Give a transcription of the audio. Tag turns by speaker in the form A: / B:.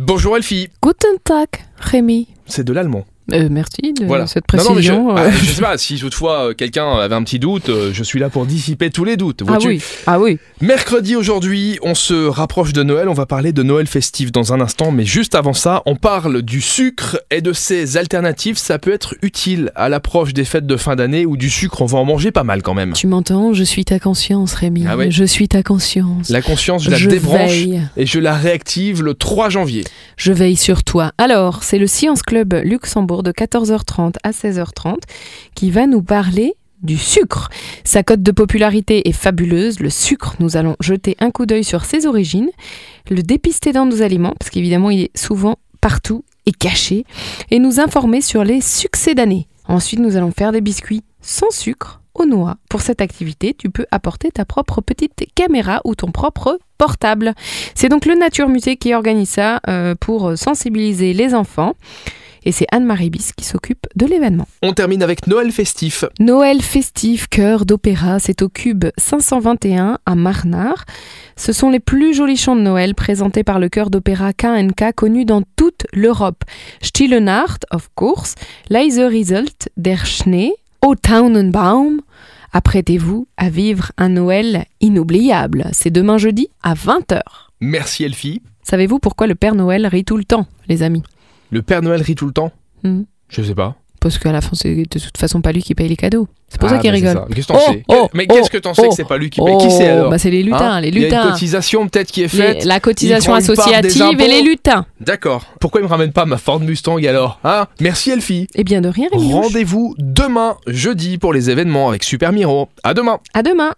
A: Bonjour Elfie.
B: Guten Tag, Rémi.
A: C'est de l'allemand.
B: Euh, merci de
A: Voilà.
B: cette
A: Non, non, mais je,
B: précision.
A: bah,
B: euh.
A: je sais pas, si toutefois euh, quelqu'un avait un petit doute, euh, je suis là pour dissiper tous les doutes.
B: ah
A: vois-tu.
B: oui, ah oui.
A: Mercredi aujourd'hui, on se rapproche de Noël, on va parler de Noël festif dans un instant, mais juste avant ça, on parle du sucre et de ses alternatives, ça peut être utile à l'approche des fêtes de fin d'année où du sucre, on va en manger pas mal quand même.
B: Tu m'entends Je suis ta conscience, Rémi.
A: Ah ouais.
B: Je suis ta conscience.
A: La conscience, je la
B: je
A: débranche
B: veille.
A: et je la réactive le 3 janvier.
B: Je veille sur toi. Alors, c'est le Science Club Luxembourg de 14h30 à 16h30 qui va nous parler du sucre. Sa cote de popularité est fabuleuse. Le sucre, nous allons jeter un coup d'œil sur ses origines, le dépister dans nos aliments, parce qu'évidemment, il est souvent partout et caché, et nous informer sur les succès d'année. Ensuite, nous allons faire des biscuits sans sucre aux noix. Pour cette activité, tu peux apporter ta propre petite caméra ou ton propre portable. C'est donc le Nature Musée qui organise ça euh, pour sensibiliser les enfants. Et c'est Anne-Marie Bis qui s'occupe de l'événement.
A: On termine avec Noël festif.
B: Noël festif, cœur d'opéra, c'est au Cube 521 à Marnard. Ce sont les plus jolis chants de Noël présentés par le chœur d'opéra KNK connu dans toute l'Europe. Stille Nacht, of course, Leise Result, Der Schnee, O Tannenbaum. Apprêtez-vous à vivre un Noël inoubliable. C'est demain jeudi à 20h.
A: Merci Elfie.
B: Savez-vous pourquoi le Père Noël rit tout le temps, les amis
A: Le Père Noël rit tout le temps
B: Hmm.
A: Je sais pas.
B: Parce qu'à la fin, c'est de toute façon pas lui qui paye les cadeaux. C'est pour ça
A: Ah,
B: qu'il
A: bah, c'est
B: rigole.
A: ça. Qu'est-ce que t'en
B: Oh,
A: sais
B: oh,
A: Mais
B: oh,
A: qu'est-ce que t'en sais que
B: oh.
A: c'est pas lui qui paye Qui c'est alors
B: bah, c'est les lutins,
A: Hein
B: les
A: Il y a une
B: lutins.
A: cotisation peut-être qui est
B: Les-
A: faite.
B: la cotisation
A: Ils font une part des
B: associative et les
A: impôts.
B: lutins.
A: D'accord. Pourquoi il me ramène pas ma Ford Mustang alors Hein Merci Elfie.
B: Eh bien, de rien, Rémi. Rouge.
A: Rendez-vous demain jeudi pour les événements avec Super Miro. À demain.
B: À demain.